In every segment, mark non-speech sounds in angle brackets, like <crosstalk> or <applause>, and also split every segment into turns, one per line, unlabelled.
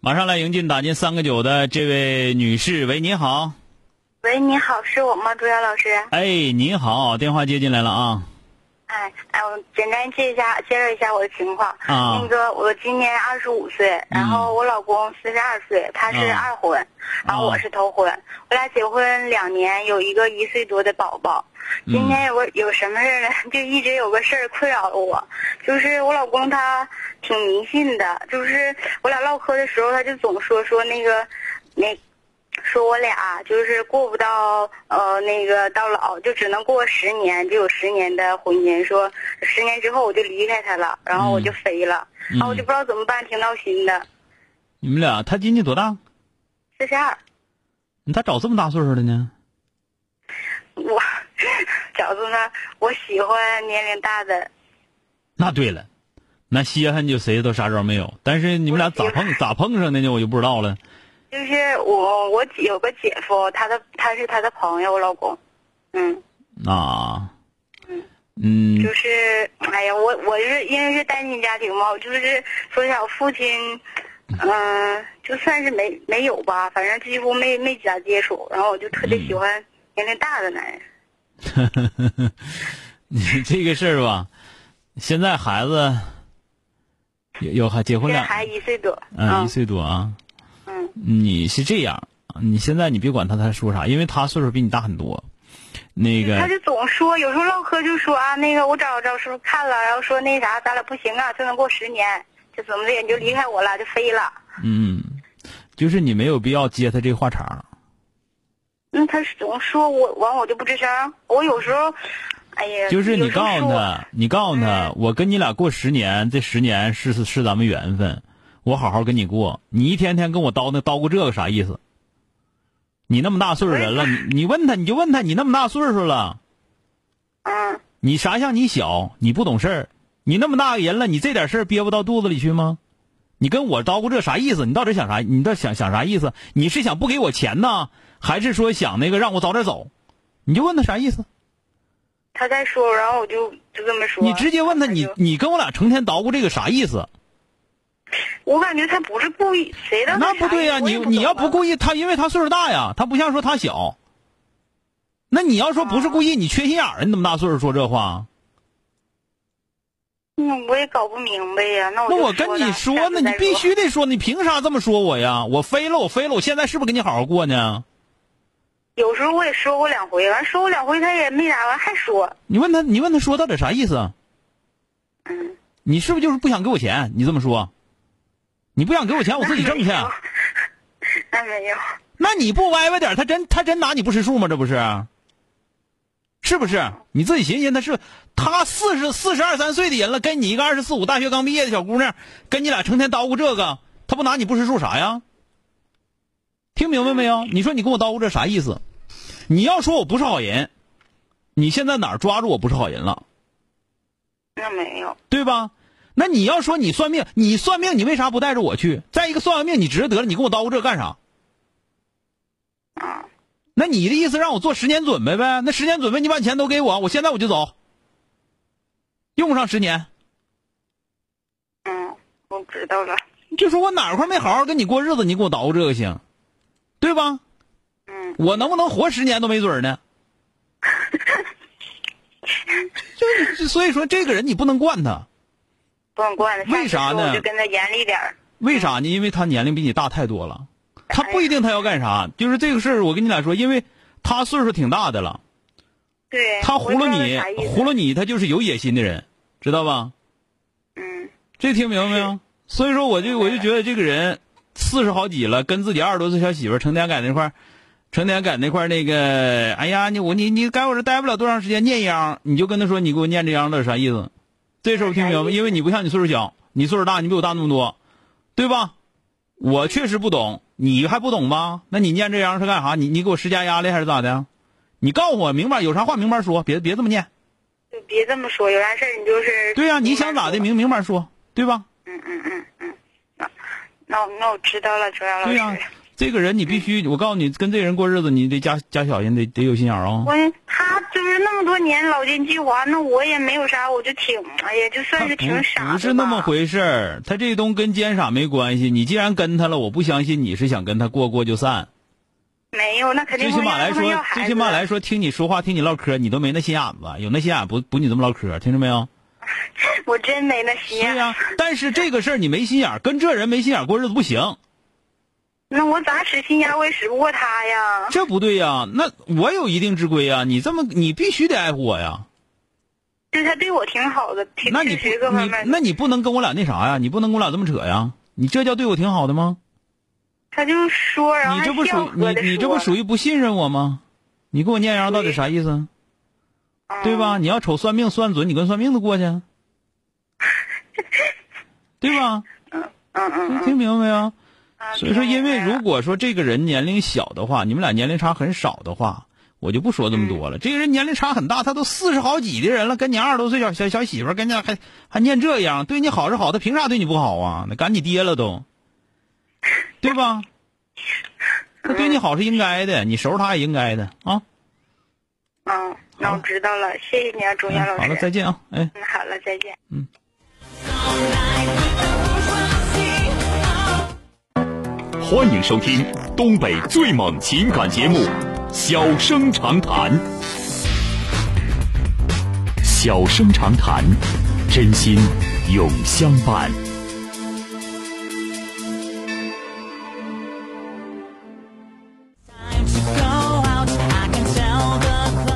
马上来迎进打进三个九的这位女士，喂，你好，
喂，你好，是我吗，朱瑶老师？
哎，你好，电话接进来了啊，
哎哎，我简单介一下，介绍一下我的情况。
啊嗯
那个，我今年二十五岁，然后我老公四十二岁，他是
啊
二婚，然后
啊
我是头婚。我俩结婚两年，有一个一岁多的宝宝。
嗯
今年有个有什么事儿呢？ <laughs> 就一直有个事儿困扰了我，就是我老公他挺迷信的，就是我俩唠嗑的时候，他就总说说那个那说我俩就是过不到呃那个到老，就只能过十年，就有十年的婚姻。说十年之后我就离开他了，然后我就飞了，然后我就不知道怎么办，挺闹心的。
你们俩，他今年多大？
四十二，
他找这么大岁数的呢？
我 <laughs> 饺子呢？我喜欢年龄大的，
那对了，那稀罕就谁都啥招没有。但是你们俩咋碰咋碰上的呢？我就不知道了。
就是我我姐有个姐夫，他的他是他的朋友，我老公，嗯。
啊，嗯 <laughs>
就是，哎呀，我我是因为是单亲家庭嘛，我就是从小父亲，嗯、就算是没没有吧，反正几乎没没几咋接触，然后我就特别喜
嗯
欢年龄大的男人。
你这个事儿吧，现在孩子有有还结婚
现在
了，
还一岁多，
嗯，一岁多啊。
嗯，
你是这样，你现在你别管他他说啥，因为他岁数比你大很多。那
他
个
就总说，有时候唠嗑就说啊，那个我找找叔叔看了，然后说那啥，咱俩不行啊，就能过十年，就怎么的，你就离开我了，就飞了。
嗯，就是你没有必要接他这话茬儿。
嗯，他总说我完，我就不吱声。我有时候，哎呀，
就是你
有时候
告诉
说
他，你告诉他
嗯，
我跟你俩过十年，这十年是是是咱们缘分，我好好跟你过。你一天天跟我叨那叨咕这个啥意思？你那么大岁数人了，你你问他，你就问他，你那么大岁数了，
嗯。
你啥像你小，你不懂事儿，你那么大个人了，你这点事儿憋不到肚子里去吗？你跟我叨咕这啥意思？你到底想啥？你到底想想啥意思？你是想不给我钱呢，还是说想那个让我早点走？你就问他啥意思？
他再说，然后我就就这么说。
你直接问他，你
就
你跟我俩成天捣鼓这个啥意思？
我感觉他不是故意，谁让
那
他
不对呀、
呀、
你你要不啊
意，
故意，他因为他岁数大呀，他不像说他小。那你要说不是故意，你缺心眼儿啊，你那么大岁数说这话？
嗯，我也搞不明白呀、那我
那
就
我跟你
说
说
了
呢，
下次
你
再
必
说
须得说，你凭啥这么说我呀？我飞了，我飞了，我现在是不是跟你好好过呢？
有时候我也说过两回，完说过两回他也没咋，完还说。
你问他，你问他说到底啥意思？
嗯，
你是不是就是不想给我钱？你这么说，你不想给我钱，我自己挣去。啊
那没有， <laughs>
那你不歪歪点儿，他真他真拿你不是数吗？这不是，是不是？你自己寻思寻思，他是他四十四十二三岁的人了，跟你一个二十四五大学刚毕业的小姑娘，跟你俩成天叨咕这个，他不拿你不识数啥呀？听明白没有？你说你跟我叨咕这啥意思？你要说我不是好人，你现在哪儿抓住我不是好人了，
那没有，
对吧？那你要说你算命，你算命，你为啥不带着我去？再一个，算完命你值得了，你跟我叨咕这干啥？
啊，
那你的意思让我做十年准备呗？那十年准备你把你钱都给我，我现在我就走，用不上十年。
嗯，我知道了，
就说我哪块没好好跟你过日子，你给我捣鼓这个行，对吧？
嗯，
我能不能活十年都没准儿呢？就是所以说，这个人你不能惯他，
不用惯了。下次
为啥呢
说我就跟他严厉点儿。
为啥呢？因为他年龄比你大太多了，他不一定他要干啥。就是这个事儿，我跟你俩说，因为他岁数挺大的了，
对，
他
哎我
糊弄
知道
你，
啥意思
糊弄你，他就是有野心的人，知道吧？
嗯，
这听明白没有？所以说，我就我
明白
就觉得这个人四十好几了，跟自己二十多岁小媳妇儿成天在那块儿，成天在那块儿那个，哎呀，你我你你该我这待不了多长时间，念秧，你就跟他说你给我念这秧的啥意思？这时候听明白
啥
吗？
意思
因为你不像你岁数小，你岁数大，你比我大那么多，对吧？我确实不懂，你还不懂吗？那你念这玩意儿是干啥？你你给我施加压力还是咋的？你告诉我明白，有啥话明白说，别别这么念。
就别这么说，有啥事儿你就是
对呀、你想咋的
明
明明白说，对吧？
嗯那我那我知道了，周洋老师。
对呀、这个人你必
嗯
须，我告诉你，跟这人过日子，你得加加小心，得得有心眼儿啊、
我他就是那么多年老奸巨猾，那我也没有啥，我就挺哎呀，就算
他
是挺傻的
不是那
吧
么。回事儿，他这东跟奸傻没关系。你既然跟他了，我不相信你是想跟他过过就散。
没有，那肯定
最
会
起码
让
来
他们
说
要，孩
最
子
起码来说，听你说话，听你唠嗑，你都没那心眼子，有那心眼不不你这么唠嗑，听着没有？
我真没那
对
心眼。
呀、但是这个事儿你没心眼儿，跟这人没心眼儿过日子不行，
那我咋使心眼，我也使不过他呀。
这不对呀、那我有一定之规呀、你这么你必须得爱护我呀。
就是他对我挺好的，挺
那
支
你不
持各方
你
面。
那你不能跟我俩那啥呀？你不能跟我俩这么扯呀？你这叫对我挺好的吗？
他就说，然后
你这不
啊还笑
属
呵
你
的
你这不属于不信任我吗？你给我念嚷到底啥意思？
嗯
对吧？？你要瞅算命算准，你跟算命的过
<laughs>
去，对吧？
嗯嗯嗯
听明白没有？
啊。
所以说，
听
因为
明白
如
了
果说这个人年龄小的话，你们俩年龄差很少的话，我就不说这么多
嗯
了。这个人年龄差很大，他都四十好几的人了，跟你二十多岁小小小媳妇儿，跟你还还念这样，对你好是好，他凭啥对你不好啊？那赶你爹了都，对
<laughs>
吧？那对你好是应该的，你收拾他也应该的啊。
嗯，那我知道了，谢谢你啊，钟岩老师。
好了，再见啊，哎。
嗯，好了，再见。
欢迎收听东北最猛情感节目《小生长谈》。小生长谈，真心永相伴。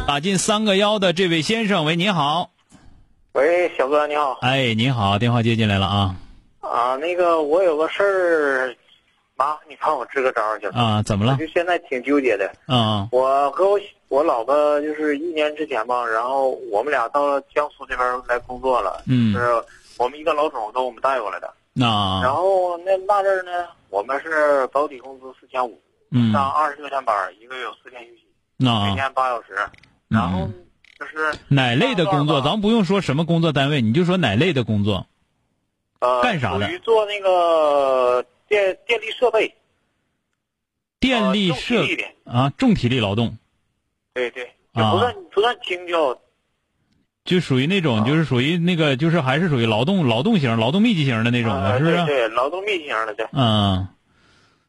打进三个幺的这位先生，喂，您好，
喂，小哥你好
哎，您好，电话接进来了啊
啊，那个我有个事儿，妈，你帮我支个招儿去。
啊，怎么
我
了？
就现在挺纠结的，
啊
我和我媳我老婆就是一年之前吧，然后我们俩到了江苏这边来工作了，
嗯啊
就是我们一个老总跟我们带过来的，然
那
后那那阵儿呢，我们是保底工资四千五，
嗯啊
上二十多天班儿，一个月有四天休息，每
那
天八小时，
嗯
然后就是
哪类的工作？
上班吧
咱不用说什么工作单位，你就说哪类的工作
呃，
干啥的
属于做那个电电力设备。
电力
呃重
设
体力的
啊，重体力劳动，
对对，也
啊
不算、不算轻巧，
就属于那种，
啊
就是属于那个，就是还是属于劳动劳动型、劳动密集型的那种的，
呃
是不啊
对
是？
对，劳动密集型的，对，
嗯，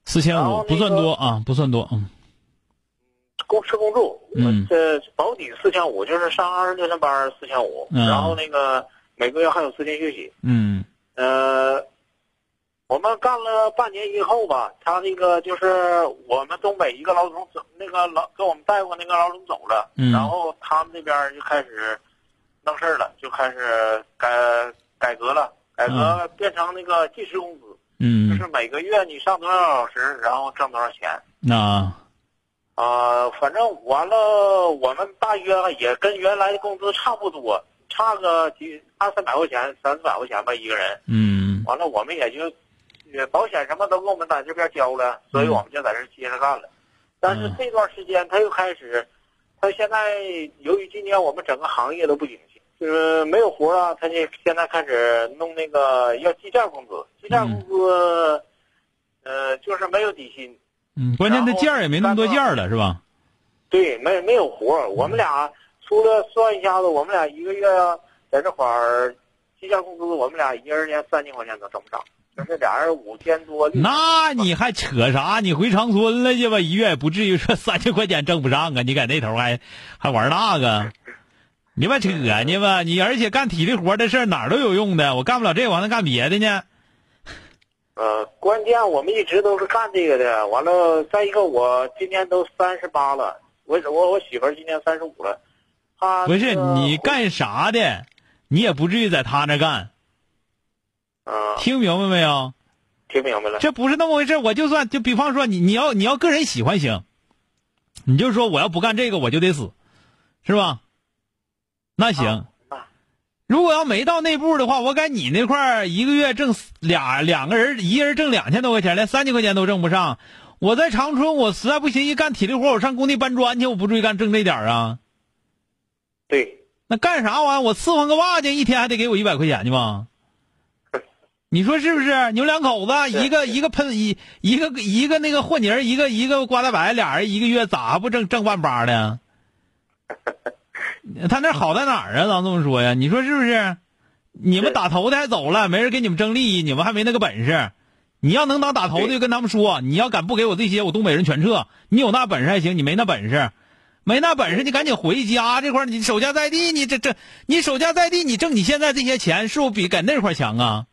四千
然
五
后
不
那
算
个
多啊，不算多，嗯
公吃公住，
嗯
这保底四千五，就是上二十六天班四千五，
嗯
然后那个每个月还有四天休息，
嗯
呃。我们干了半年以后吧，他那个就是我们东北一个老总走，那个老跟我们带过那个老总走了，
嗯
然后他们那边就开始弄事儿了，就开始改改革了，改革变成那个计时工资，就
嗯
是，每个月你上多少小时，然后挣多少钱。
那
啊、反正完了，我们大约也跟原来的工资差不多，差个几二三百块钱、三四百块钱吧一个人。
嗯
完了，我们也就，也保险什么都给我们在这边交了，所以我们就在这接着干了。但是这段时间他又开始，他现在由于今年我们整个行业都不景气，就是没有活儿啊，他就现在开始弄那个要计件工资，计件工资，呃，就是没有底薪，
嗯，关键他
然后
件儿也没那么多
干到
件儿了，是吧？
对，没没有活儿。我们俩除了算一下子，我们俩一个月在这块儿计价工资，我们俩一人连三千块钱都挣不上，就是俩人五千多。六千
那你还扯啥？你回长春了去吧，一月也不至于说三千块钱挣不上啊！你在那头还还玩那个，你别扯呢吧！你而且干体力活的事儿哪儿都有用的，我干不了这个，我还能干别的呢。
呃，关键我们一直都是干这个的。完了，再一个，我今年都三十八了，我我我媳妇儿今年三十五了，她
不是
这个
你干啥的，你也不至于在他那干，
嗯、
听明白没有？
听明白了。
这不是那么回事。我就算就比方说你你要你要个人喜欢行，你就说我要不干这个我就得死，是吧？那行，
啊
如果要没到那步的话，我在你那块儿一个月挣俩两个人，一个人挣两千多块钱，连三千块钱都挣不上。我在长春，我实在不行，一干体力活，我上工地搬砖去，我不注意干挣这点儿啊？
对，
那干啥玩意儿？我伺候个袜去，一天还得给我一百块钱去吗？你说是不是？你们两口子，一个一个喷一一个一个那个和泥儿，一个一个刮大白，俩人一个月咋还不挣挣万八呢？他那好在哪儿啊？咱这么说呀？你说是不是？你们
是
打头的还走了，没人给你们争利益，你们还没那个本事。你要能当打头的，
对
就跟他们说，你要敢不给我这些，我东北人全撤。你有那本事还行，你没那本事，没那本事，你赶紧回家这块儿，你守家在地，你这这，你守家在地，你挣你现在这些钱，是不是比在那块儿强啊？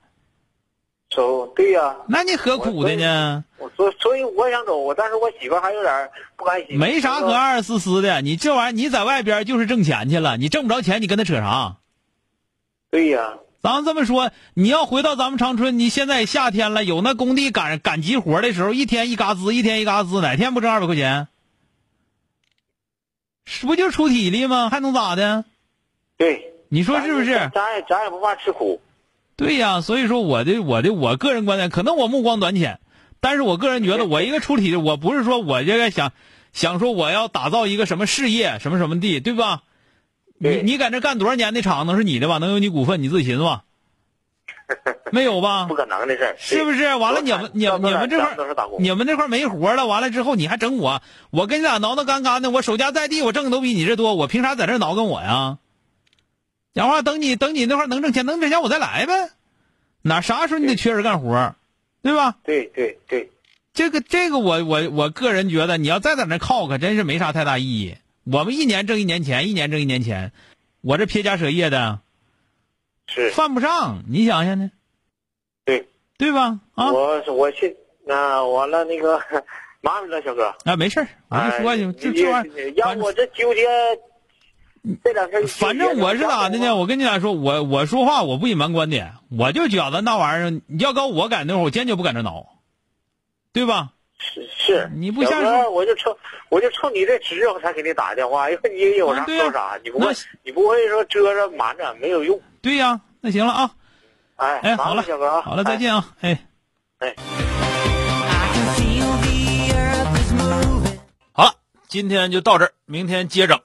走，对呀、
那你何苦的呢？
我所所以我想走，但是我媳妇儿还有点儿不甘心。
没啥可
她说
二二思思的，你这玩意儿，你在外边就是挣钱去了，你挣不着钱，你跟他扯啥？
对呀、
咱们这么说，你要回到咱们长春，你现在夏天了，有那工地赶赶集活的时候，一天一嘎吱，一天一嘎吱，哪天不挣二百块钱？是不就出体力吗？还能咋的？
对。
你说是不是？
咱咱也咱也不怕吃苦。
对呀、所以说我的我的我个人观点，可能我目光短浅，但是我个人觉得，我一个出题，我不是说我这个想想说我要打造一个什么事业，什么什么地，对吧？你
对
你在这干多少年的厂能是你的吧？能有你股份，你自己寻思
<laughs>
吧？没有吧
不？可能的事儿，
是不
对
是？完了，你
咱
们、你们、你
咱
们这
咱都是
块
打
儿
工，
你们这块儿没活了，完了之后你还整我，我跟你俩挠挠干干的，我守家在地，我挣的都比你这多，我凭啥在这儿挠跟我呀？讲话等你等你那块儿能挣钱，能挣钱我再来呗。哪啥时候你得缺人干活儿，对吧？
对对对，
这个这个我我我个人觉得，你要再在那儿靠，可真是没啥太大意义。我们一年挣一年钱，一年挣一年钱，我这撇家舍业的
是，
犯不上，你想想呢，
对，
对吧？啊
我是我去，那完了那个， <laughs> 麻烦了小哥，
啊，没事儿，我就说
哎
就这
你
这玩意儿，
让
反
我这纠结，这两天
<laughs> 反正我是咋的呢？？我跟你俩说，我我说话我不隐瞒观点，我就觉得那玩意儿，你要搁我赶那会儿，我坚决不赶这挠，对吧？
是是，
你不像是
小哥我就冲我就冲你这职我才给你打电话，因为你有
啊
啥
对呀
说啥，你不会
那
你不会说遮着瞒着没有用，
对呀、那行了啊，
哎，
哎，
麻
好
烦
了
小哥啊，，
好了，再
哎。
见啊，哎，
I can feel the earth is moving.
好了，今天就到这儿，明天接整。